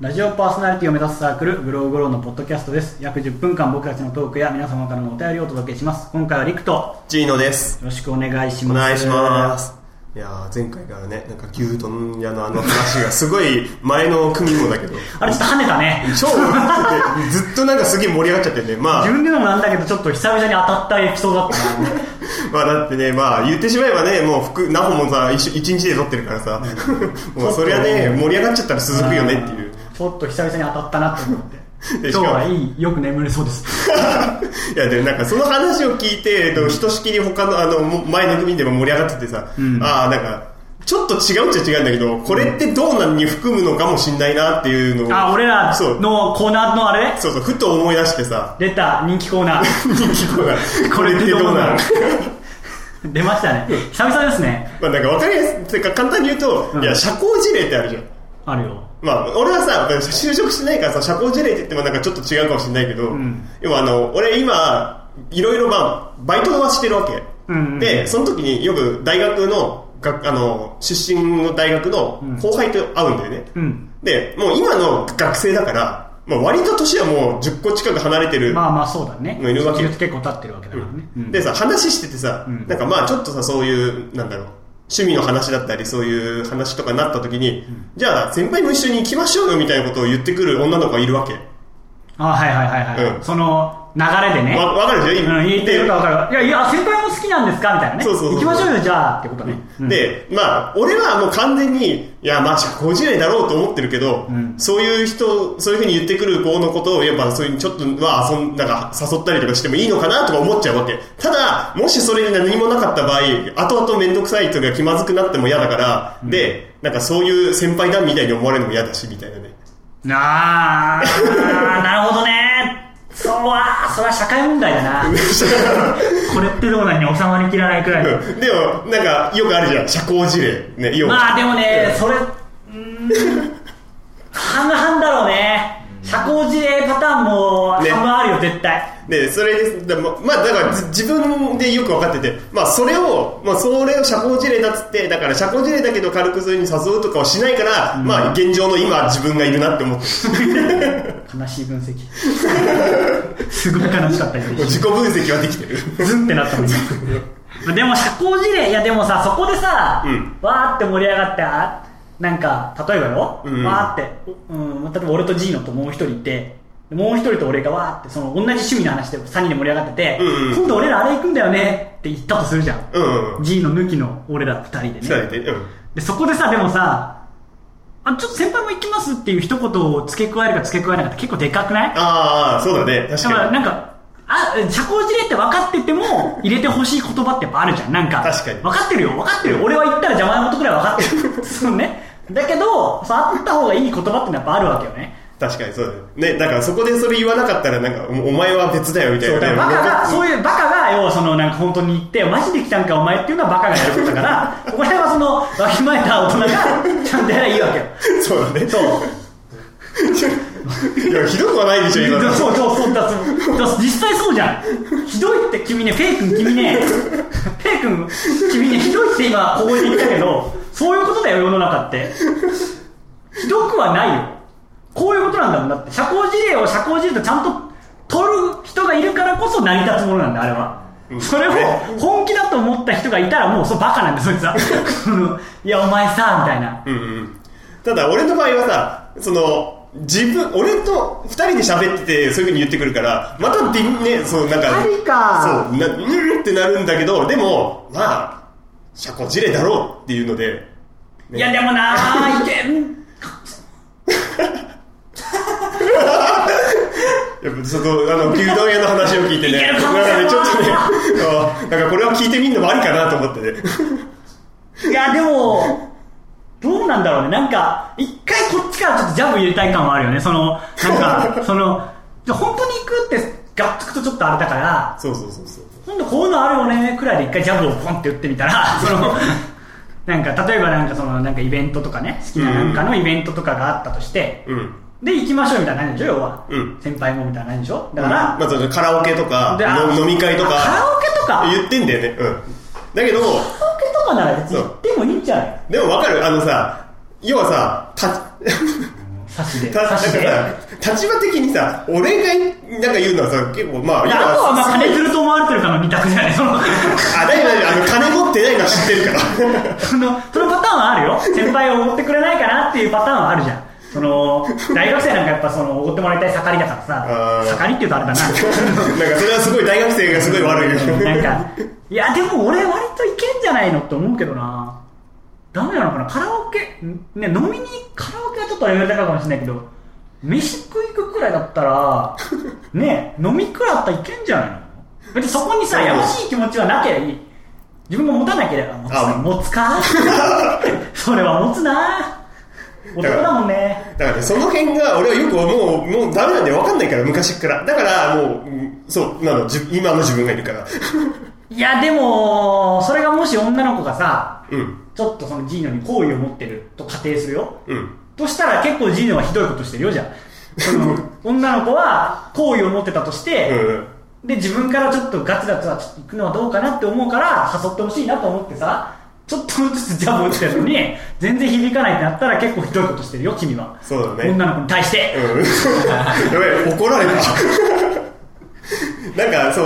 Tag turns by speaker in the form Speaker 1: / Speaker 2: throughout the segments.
Speaker 1: ラジオパーソナリティを目指すサークルグローグローのポッドキャストです約10分間僕たちのトークや皆様からのお便りをお届けします今回はリクとよ
Speaker 2: ジーノです。
Speaker 1: ろしくお願いし
Speaker 2: お
Speaker 1: ます
Speaker 2: 願いします。いやー前回からね、なんか牛丼屋のあの話がすごい前の組もだけど、
Speaker 1: あれちょっと跳ねたね
Speaker 2: 超ずっとなんかすげえ盛り上がっちゃってね、まあ
Speaker 1: 自、分でもなんだけどちょっと久々に当たったエピソードだったな
Speaker 2: まあだってね、まあ言ってしまえばね、もう服何本もさ、一緒一日で撮ってるからさ、 もうそりゃね、盛り上がっちゃったら続くよねっていう。
Speaker 1: ちょっと久々に当たったなと思って今
Speaker 2: で
Speaker 1: 日
Speaker 2: しかも
Speaker 1: はいいよく眠れそうです
Speaker 2: いやでもなんかその話を聞いて、えっとひとしきり他のあのも前の組でも盛り上がっててさ、ああなんかちょっと違うっちゃ違うんだけどこれってどうなんに含むのかもしんないなっていうのを
Speaker 1: あ俺ら
Speaker 2: そう
Speaker 1: のコーナーのあれ
Speaker 2: そうそうふと思い出し てさ
Speaker 1: 出た人気コーナー
Speaker 2: 人気コーナーこれってどうなん
Speaker 1: 出ましたね久々ですね
Speaker 2: まあなんかわかりやすいてか簡単に言うと、
Speaker 1: うん
Speaker 2: いや社交辞令ってあるじゃん
Speaker 1: あるよ
Speaker 2: まあ、俺はさ、就職してないからさ、社交辞令って言ってもなんかちょっと違うかもしれないけど、
Speaker 1: ん
Speaker 2: でもあの、俺今、いろいろまあ、バイトはしてるわけ。
Speaker 1: うんうん
Speaker 2: で、その時によく大学の、があの、出身の大学の後輩と会うんだよね。
Speaker 1: うん
Speaker 2: で、もう今の学生だから、まあ割と年はもう10個近く離れてる。
Speaker 1: まあまあそうだね
Speaker 2: いるわけ
Speaker 1: 卒業
Speaker 2: よ
Speaker 1: って結構経ってるわけだからね、うん
Speaker 2: でさ、話しててさ、
Speaker 1: ん
Speaker 2: なんかまあちょっとさ、そういう、なんだろう。趣味の話だったり、そういう話とかになった時に、じゃあ先輩も一緒に行きましょうよみたいなことを言ってくる女の子がいるわけ。
Speaker 1: あはいはいはいはい、
Speaker 2: うん
Speaker 1: その流れでね
Speaker 2: わわかるでしょ
Speaker 1: うん、言ってるか分かるいやいや先輩も好きなんですかみたいなね
Speaker 2: そうそうそう
Speaker 1: 行きましょうよじゃあってことね、うん、
Speaker 2: で、まあ、俺はもう完全に、いや、まあ、社交辞令だろうと思ってるけど、
Speaker 1: ん
Speaker 2: そういう人、そういうふうに言ってくる子のことを、やっぱ、そういう、ちょっと、まあ、遊ん、なんか、誘ったりとかしてもいいのかなとか思っちゃうわけ。ただ、もしそれに何もなかった場合、後々めんどくさいとか気まずくなっても嫌だから、で、なんかそういう先輩だみたいに思われるのも嫌だし、みたいなね。
Speaker 1: あーなるほどねそうはそれは社会問題だなこれってどうなんに収まりきらないくらいの、
Speaker 2: でも、なんか、よくあるじゃん、社交辞令。ね、よく。
Speaker 1: まあでもね、それうーん半々だろうね社交辞令パターンも半
Speaker 2: ね
Speaker 1: 分あるよ、絶対
Speaker 2: でそれですでもまあだからじ自分でよく分かってて、まあ、それを、まあ、それを社交辞令だっつってだから社交辞令だけど軽くそれに誘うとかはしないから、まあ現状の今自分がいるなって思って
Speaker 1: 悲しい分 析すごい悲しかったよ
Speaker 2: もう自己分析はできてる
Speaker 1: ズンってなったもん今でも社交辞令いやでもさそこでさ、
Speaker 2: うん
Speaker 1: わーって盛り上がってあなんか例えばよ、
Speaker 2: うん
Speaker 1: わーって、うん、例えば俺とジーノともう一人いてもう一人と俺がわーってその同じ趣味の話で3人で盛り上がってて、
Speaker 2: うんうん
Speaker 1: 今度俺らあれ行くんだよねって言ったとするじゃん、
Speaker 2: うん
Speaker 1: ジーノ抜きの俺ら2人でね
Speaker 2: 伝えてうん
Speaker 1: でそこでさでもさあちょっと先輩も行きますっていう一言を付け加えるか付け加えないかって結構でかくない
Speaker 2: ああそうだね確
Speaker 1: だから
Speaker 2: か
Speaker 1: な
Speaker 2: に
Speaker 1: んか、あ、社交辞令って分かってて も、入れてほしい言葉ってやっぱあるじゃん。なんか、
Speaker 2: 確かに
Speaker 1: 分かってるよ、分かってるよ。俺は言ったら邪魔なことくらい 分かってる。そうね。だけど、そうあった方がいい言葉ってのはやっぱあるわけよね。
Speaker 2: 確かにそうだねねだからそこでそれ言わなかったらなんかおお前は別だよみたい
Speaker 1: そう
Speaker 2: な
Speaker 1: だ
Speaker 2: ね
Speaker 1: からバカが、
Speaker 2: もう
Speaker 1: そういうバカが、要はそのなんか本当に言って、マジで来たんかお前っていうのはバカがやることだから、ここら辺はその、わきまえた大人が、ちゃんとやればいいわけよ。
Speaker 2: そうだね
Speaker 1: そう。
Speaker 2: いやひどくはないでしょ今の
Speaker 1: そうそうそうだそうだ実際そうじゃんひどいって君ねフェイ君君ねフェイ君君ねひどいって今ここで言ったけどそういうことだよ世の中ってひどくはないよこういうことなんだもんだって社交辞令を社交辞令とちゃんと取る人がいるからこそ成り立つものなんだあれは、それを本気だと思った人がいたらもうそうバカなんだそいつは うんいやお前さみたいな
Speaker 2: うんうん、ただ俺の場合はさその自分俺と2人で喋っててそういうふうに言ってくるからまたでねそうなんか
Speaker 1: 二人か
Speaker 2: そうなうんってなるんだけどでもまあ社交辞令だろうっていうので、ね
Speaker 1: いやでもなあいけん
Speaker 2: やっぱそのあの牛丼屋の話を聞いてね
Speaker 1: いけるかも
Speaker 2: なんかねちょっとね あなんかこれは聞いてみるのもありかなと思ってね
Speaker 1: いや、でも、どうなんだろうね。なんか、一回こっちからちょっとジャブ入れたい感はあるよね。その、なん か、その、じゃあ本当に行くって、ガッとくとちょっとあれだから、
Speaker 2: そうそうそうそう
Speaker 1: 今度こういうのあるよね、くらいで一回ジャブをポンって打ってみた ら、その、なんか、例えばなんかその、なんかイベントとかね、好きななんかのイベントとかがあったとして、
Speaker 2: うん
Speaker 1: で、行きましょうみたいな感じでしょ、要は。
Speaker 2: うん
Speaker 1: 先輩もみたいな感じでしょ。だから、
Speaker 2: まあ、そのカラオケとか
Speaker 1: であ
Speaker 2: の飲み会とか
Speaker 1: カラオケとか
Speaker 2: 言ってんだよねうんだけど
Speaker 1: カラオケとかなら別に行ってもいいんじゃない
Speaker 2: でもわかるあのさ、要はさ、た、
Speaker 1: 差しで。
Speaker 2: た
Speaker 1: 差しで。
Speaker 2: なんかさ立場的にさ俺がなんか言うのはさ結構まあ
Speaker 1: い
Speaker 2: 今
Speaker 1: やあとはまあ
Speaker 2: あ
Speaker 1: 金ずると思われてるかの二択じゃないその
Speaker 2: あだいぶあの金持ってないのは知ってるから
Speaker 1: そのそのパターンはあるよ先輩をおごってくれないかなっていうパターンはあるじゃんその大学生なんかやっぱそのおごってもらいたい盛りだから
Speaker 2: あー
Speaker 1: さ盛りっていうとあれだな
Speaker 2: なんかそれはすごい大学生がすごい悪いよ
Speaker 1: なんか、いや、でも俺、割といけんじゃないのって思うけどな、ダメなのかな、カラオケ、んね、飲みに、カラオケはちょっとレベル高いかもしれないけど、飯食い行くくらいだった ら、ね、飲みくらいだったらいけんじゃないの別にそこにさ、
Speaker 2: そう
Speaker 1: やましい気持ちはなければいい。自分が持たなければ、持つ
Speaker 2: あ
Speaker 1: 持つ かそれは持つな男だもんね。
Speaker 2: だからね、その辺が俺はよくもう、もうダメなんで分かんないから、昔から。だからもううん、そう、今の、じゅ今の自分がいるから。
Speaker 1: いや、でも、それがもし女の子がさ、
Speaker 2: うん。
Speaker 1: ちょっとそのジーノに好意を持ってると仮定するよ。
Speaker 2: うん。
Speaker 1: としたら結構ジーノはひどいことしてるよじゃあそ の女の子は好意を持ってたとして、
Speaker 2: うん。
Speaker 1: で自分からちょっとガツガツはちょっと行くのはどうかなって思うから誘ってほしいなと思ってさちょっとずつジャブ打ってるのに全然響かないってなったら結構ひどいことしてるよ君は
Speaker 2: そうだね
Speaker 1: 女の子に対して、
Speaker 2: うん。やべえ、怒られた。なんかそ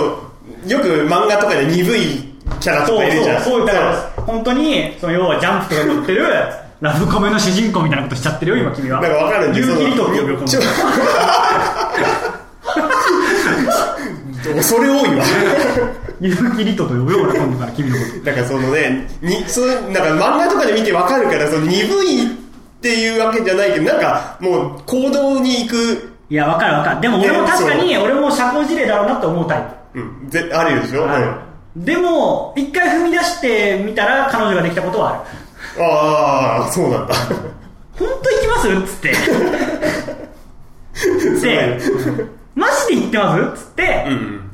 Speaker 2: う、よく漫画とかで鈍いキャラと
Speaker 1: そ
Speaker 2: か
Speaker 1: う
Speaker 2: いるじ
Speaker 1: そ
Speaker 2: ゃ。
Speaker 1: うんそうだから本当にその要はジャンプとかに乗ってるラブコメの主人公みたいなことしちゃってるよ今君は
Speaker 2: なんか分かるんで
Speaker 1: 勇気リトって呼ぶよこの
Speaker 2: ちょ 恐れ多いわ。
Speaker 1: 勇気リトと呼ぶよ俺今度から君のこと
Speaker 2: だからそのね、にそうなんか漫画とかで見てわかるから、その鈍いっていうわけじゃないけど、なんかもう行動に行く、
Speaker 1: いや、わかるわかる。でも俺も確かに、俺も社交辞令だろうなって思うタイ
Speaker 2: うん、ぜあるでしょ、
Speaker 1: プ。
Speaker 2: うん
Speaker 1: あるでも、一回踏み出してみたら彼女ができたことはある。
Speaker 2: ああ、そうなんだ。
Speaker 1: 本当行きますっつって。
Speaker 2: すごい
Speaker 1: で、マジで行ってますっつって
Speaker 2: う、ん。うん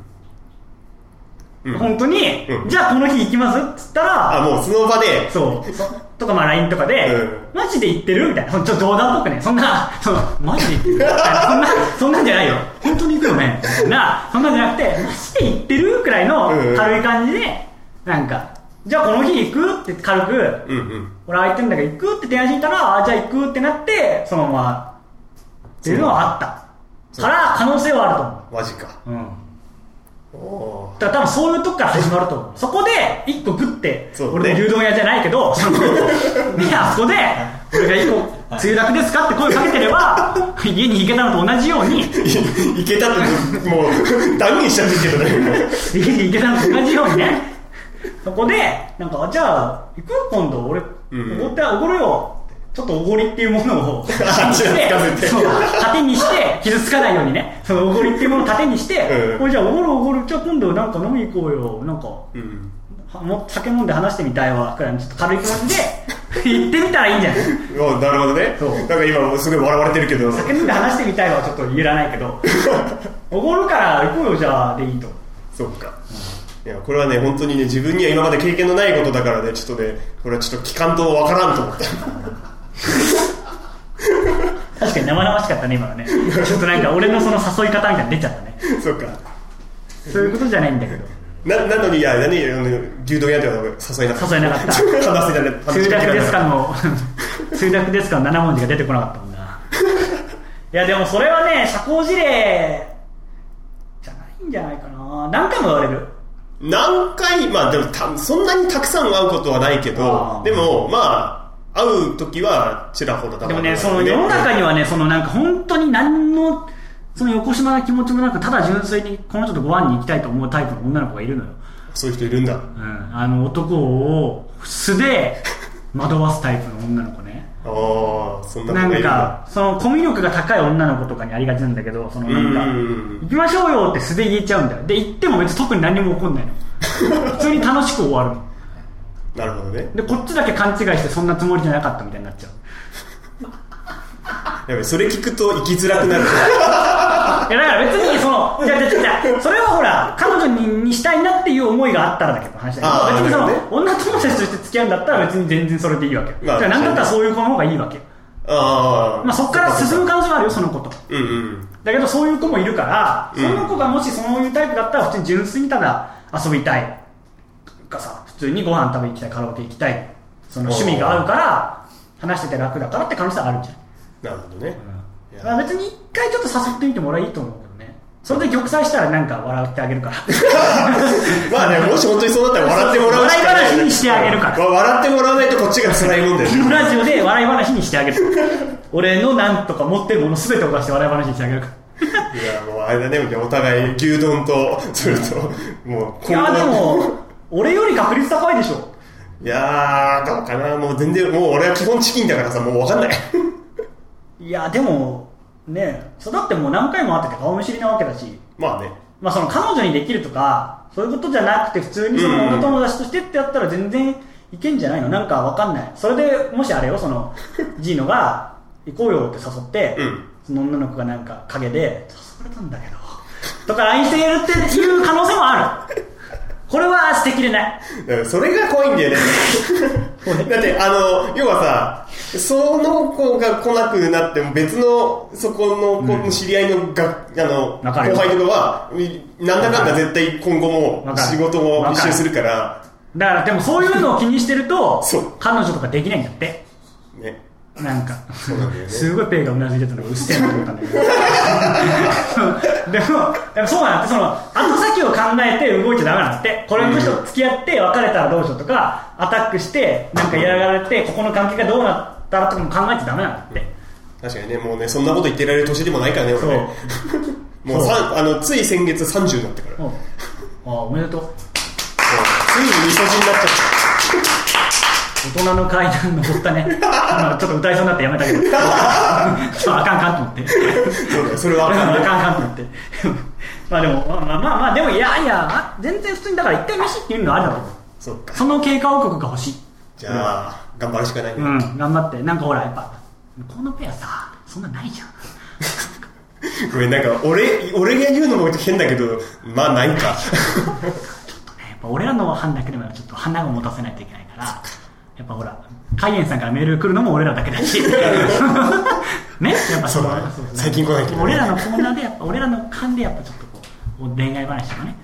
Speaker 1: 本当に、
Speaker 2: うん
Speaker 1: じゃあこの日行きますっつった
Speaker 2: あ、
Speaker 1: ら、
Speaker 2: もうその場で、
Speaker 1: そう。そとかまあ LINE とかで、
Speaker 2: うん
Speaker 1: マジで行ってるみたいな。そのちょっと冗談っぽくね。そんな、そのマジで行ってるみたいな。そんな、そんなんじゃないよ。本当に行くよね。みたいな、そんなんじゃなくて、マジで行ってるくらいの
Speaker 2: うん
Speaker 1: 軽い感じで、なんか、じゃあこの日行くって軽く、
Speaker 2: うんうん。
Speaker 1: 俺空いてるんだけど行くって提案してみたら、あじゃあ行くってなって、そのまま、っていうのはあった。から、可能性はある
Speaker 2: マジか。
Speaker 1: と思う。うん。
Speaker 2: おー
Speaker 1: だから多分そういうとこから始まると思うそこで一個食って、
Speaker 2: そう
Speaker 1: 俺の牛丼屋じゃないけどそのねあそこで俺が一個「つゆだくですか?」って声かけてれば家に行けたのと同じように
Speaker 2: いいけたって、もう、断言しちゃってるけどね。
Speaker 1: 家に行けたのと同じようにねそこでなんかあじゃあ行く今度俺
Speaker 2: うん
Speaker 1: おごっておごるよってちょっとおごりっていうものを
Speaker 2: あちらつかせて
Speaker 1: そう盾にして傷つかないようにねそのおごりっていうものを盾にして、
Speaker 2: うん
Speaker 1: おいじゃあおごるおごるじゃあ今度なんか飲み行こうよなんか
Speaker 2: うん。
Speaker 1: はもう酒飲んで話してみたいわくらいのちょっと軽い気持ちで行ってみたらいいんじゃない
Speaker 2: おなるほどね。
Speaker 1: そう
Speaker 2: なんか今もうすごい笑われてるけど。
Speaker 1: 酒飲んで話してみたいはちょっと言らないけどおごるから行こうよじゃあでいいと
Speaker 2: そっか。いや、これはね、本当にね、自分には今まで経験のないことだからね、ちょっとね、これはちょっと聞かんとわからんと思った。
Speaker 1: 確かに生々しかったね今のねちょっとなんか俺のその誘い方みたいなの出ちゃったね
Speaker 2: そっか。
Speaker 1: そういうことじゃないんだけど
Speaker 2: な、なのに、いや、何、あの牛丼屋では誘いなかった。
Speaker 1: 誘えなかった
Speaker 2: 話せなかっ
Speaker 1: 「
Speaker 2: た。
Speaker 1: 通学ですか
Speaker 2: 話
Speaker 1: の」「通学ですか」の7文字が出てこなかったもんないやでもそれはね社交辞令じゃないんじゃないかな何回も言われる
Speaker 2: せなかった何回、まあ、でもた、そんなにたくさん会うことはないけ
Speaker 1: あ
Speaker 2: ど
Speaker 1: ー、
Speaker 2: でも、まあ、会う時は、ちらほらだ
Speaker 1: でもね、その世の中にはね、そのなんか本当に何の、その横島な気持ちもなく、ただ純粋にこの人とご飯に行きたいと思うタイプの女の子がいるのよ。
Speaker 2: そういう人いるんだ。
Speaker 1: うん。あの男を素で惑わすタイプの女の子ね。
Speaker 2: ああ、そんな
Speaker 1: な
Speaker 2: 子がい
Speaker 1: ん
Speaker 2: る
Speaker 1: か、そのコミュ力が高い女の子とかにありがちなんだけど、そのなんか、
Speaker 2: うん
Speaker 1: 行きましょうよって素で言えちゃうんだよ。で、行っても別に特に何も起こんないの。普通に楽しく終わるの。
Speaker 2: なるほどね。
Speaker 1: で、こっちだけ勘違いしてそんなつもりじゃなかったみたいになっちゃう。
Speaker 2: やべ、それ聞くと生きづらくなる。
Speaker 1: いやだから別にそ の、じゃあじゃあじゃあじゃあそれはほら、彼女ににしたいなっていう思いがあったらだけど話だけ
Speaker 2: あー
Speaker 1: ど、別にその、
Speaker 2: なるほ
Speaker 1: 女友達として付き合うんだったら別に全然それでいいわけよ。
Speaker 2: まあ
Speaker 1: だからなんだったらそういう子の方がいいわけよ。
Speaker 2: ああ。
Speaker 1: まあそこから進む可能性はあるよ、その子と。
Speaker 2: うんうん。
Speaker 1: だけどそういう子もいるから、
Speaker 2: うん
Speaker 1: その子がもしそういうタイプだったら普通に純粋にただ遊びたい。かさ、普通にご飯食べに行きたい、カラオケ行きたい。その趣味が合うから、話してて楽だからって可能性はあるじゃん。
Speaker 2: なるほどね。
Speaker 1: うん
Speaker 2: いや
Speaker 1: まあ別に一回ちょっと誘ってみてもらえばいいと思うけどねそれで玉砕したらなんか笑ってあげるから
Speaker 2: まあね、もし本当にそうだったら笑ってもらうしかない、
Speaker 1: 笑い話にしてあげるから
Speaker 2: まあ笑ってもらわないとこっちが辛いもんだよね。
Speaker 1: この ラジオで笑い話にしてあげる俺のなんとか持ってるもの全てを出して笑い話にしてあげるから
Speaker 2: いや、もうあれだね、お互い牛丼と、それと、もう、
Speaker 1: いやでも俺より確率高いでしょ
Speaker 2: いやー、どうかな、もう全然、もう俺は基本チキンだからさ、もうわかんない。
Speaker 1: いやでもねそうだってもう何回も会ってて顔見知りなわけだし
Speaker 2: まあね。
Speaker 1: まあその彼女にできるとかそういうことじゃなくて普通にその女友達としてってやったら全然いけんじゃないのなんかわかんないそれでもしあれよそのジーノが行こうよって誘って、
Speaker 2: うん
Speaker 1: その女の子がなんか陰で誘われたんだけどとか LINE してやるっていう可能性もあるこれは捨てきれない
Speaker 2: だからそれが怖いんだよ ね。だって、あの、要はさ、その子が来なくなっても別の、そこの子の知り合いのが、あの、後
Speaker 1: わかるよ
Speaker 2: 輩とかは、なんだかんだ絶対今後も
Speaker 1: わかる
Speaker 2: 仕事も一緒にするから、
Speaker 1: だからでもそういうのを気にしてると
Speaker 2: そう
Speaker 1: 彼女とかできないんだって
Speaker 2: ね。
Speaker 1: なんか、
Speaker 2: うなんだよね
Speaker 1: すごいペイがうなずいてたのがうっせえなと思ったんだけどでもでもそうなんだってその後先を考えて動いちゃダメなんだってこれの人と付き合って別れたらどうしようとかアタックしてなんか嫌がられてここの関係がどうなったらとかも考えちゃダメなんだって、
Speaker 2: 確かにね、もうね、そんなこと言ってられる年でもないからね、俺ね。 もう
Speaker 1: そう
Speaker 2: さんあの、つい先月30になってか
Speaker 1: そ
Speaker 2: ら。
Speaker 1: うああおめでとう
Speaker 2: ついに味噌汁になっちゃった。
Speaker 1: 大人の階段登ったね 今ちょっと歌いそうになってやめたけど ちょっとあかんかんと思って
Speaker 2: そうだよ、それは
Speaker 1: あ
Speaker 2: あか
Speaker 1: か
Speaker 2: ん
Speaker 1: ん
Speaker 2: ね。
Speaker 1: あかんって 言ってまあでもまあまあまあ、まあ、でもいやいや全然普通にだから一回飯っていうのはあるだろう
Speaker 2: そうか。
Speaker 1: その経過報告が欲しい
Speaker 2: じゃあ、頑張るしかないね。
Speaker 1: うん頑張ってなんかほらやっぱこのペアさそんなないじゃん
Speaker 2: ごめん、なんか、俺、俺が言うのも変だけど、まあ、ないか。
Speaker 1: やっぱ俺らの判断だけでもちょっと花を持たせないといけないからやっぱほらカイエンさんからメール来るのも俺らだけだ しねやっぱ
Speaker 2: そうだね最近来ないけどね
Speaker 1: 俺らのコーナーでやっぱ俺らの勘でやっぱちょっとこうこう恋愛話とかね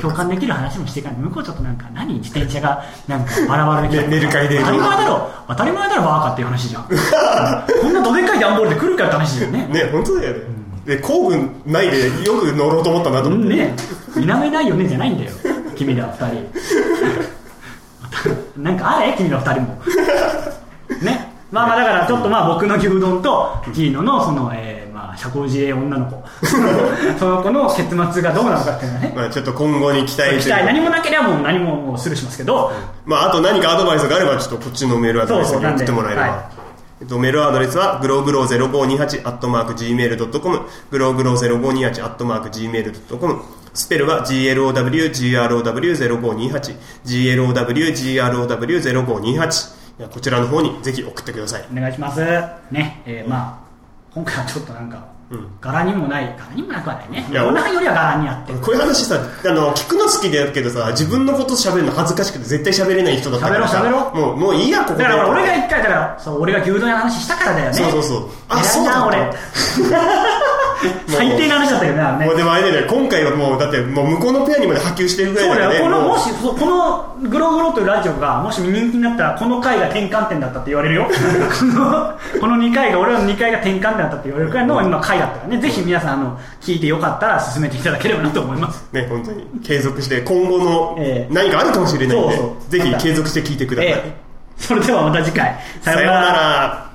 Speaker 1: 共感できる話もしていかない向こうちょっとなんか何自転車がなんかバラバラで来たとか
Speaker 2: ねメルカリで
Speaker 1: 当たり前だろ当たり前だろバカっていう話じゃ んこんなどでかい段ボールで来るかって話だよね
Speaker 2: ね、本当だよね。で、工具ないで、よく乗ろうと思ったなと
Speaker 1: う
Speaker 2: 思っ
Speaker 1: ん
Speaker 2: て。
Speaker 1: ね否めないよねじゃないんだよ君ら二人 なんかあれ君ら二人もねまあまあだからちょっとまあ僕の牛丼とジーノのその、えーまあ社交辞令女の子 その子の結末がどうなのかっていうのはね
Speaker 2: まあ、ちょっと今後に期待
Speaker 1: 期
Speaker 2: とい
Speaker 1: 待
Speaker 2: う
Speaker 1: 何もなければもう何ももうするしますけど、
Speaker 2: まあ、あと何かアドバイスがあれば、ちょっとこっちのメールアドバイスに
Speaker 1: そうそうなん
Speaker 2: 送
Speaker 1: で
Speaker 2: ってもらえれば。
Speaker 1: は
Speaker 2: えっと、メールアドレスは、グログロ0528アットマーク Gmail.com、グログロ0528アットマーク Gmail.com、スペルは GLOWGROW0528、GLOWGROW0528、いやこちらの方にぜひ送ってください。
Speaker 1: お願いしますねえーまあ今回はちょっとなんか、
Speaker 2: ん
Speaker 1: 柄にもない柄にもなくはないね
Speaker 2: いや
Speaker 1: 世の中よりは柄にあって
Speaker 2: こういう話さ、あの、聞くの好きでやるけどさ、自分のこと喋るの恥ずかしくて絶対喋れない人だったからさ。
Speaker 1: 喋ろう喋
Speaker 2: もう、もういいや、ここで。
Speaker 1: だから俺が一回だからそう俺が牛丼屋の話したからだよね
Speaker 2: そうそうそうあ
Speaker 1: あ
Speaker 2: そ
Speaker 1: そうう
Speaker 2: だ
Speaker 1: だ 俺最低な話だったよねあれ
Speaker 2: もう
Speaker 1: ね
Speaker 2: でもあれだよね、今回はもう、だってもう向こうのペアにまで波及してるぐら
Speaker 1: そう
Speaker 2: いだか
Speaker 1: だ
Speaker 2: ら
Speaker 1: よこ
Speaker 2: ね。
Speaker 1: の
Speaker 2: もう
Speaker 1: もしそうこのグログロというラジオがもし人気になったらこの回が転換点だったって言われるよ このこの2回が俺らの2回が転換点だったって言われるくらいの今回だったからねぜひ皆さんあの聞いてよかったら進めていただければなと思い ます
Speaker 2: ね、本当に継続して今後の
Speaker 1: ええ
Speaker 2: 何かあるかもしれないんで、
Speaker 1: そうそう
Speaker 2: ぜひ継続して聞いてください、
Speaker 1: ええそれではまた次回さよう
Speaker 2: さよう
Speaker 1: な
Speaker 2: な
Speaker 1: ら
Speaker 2: ら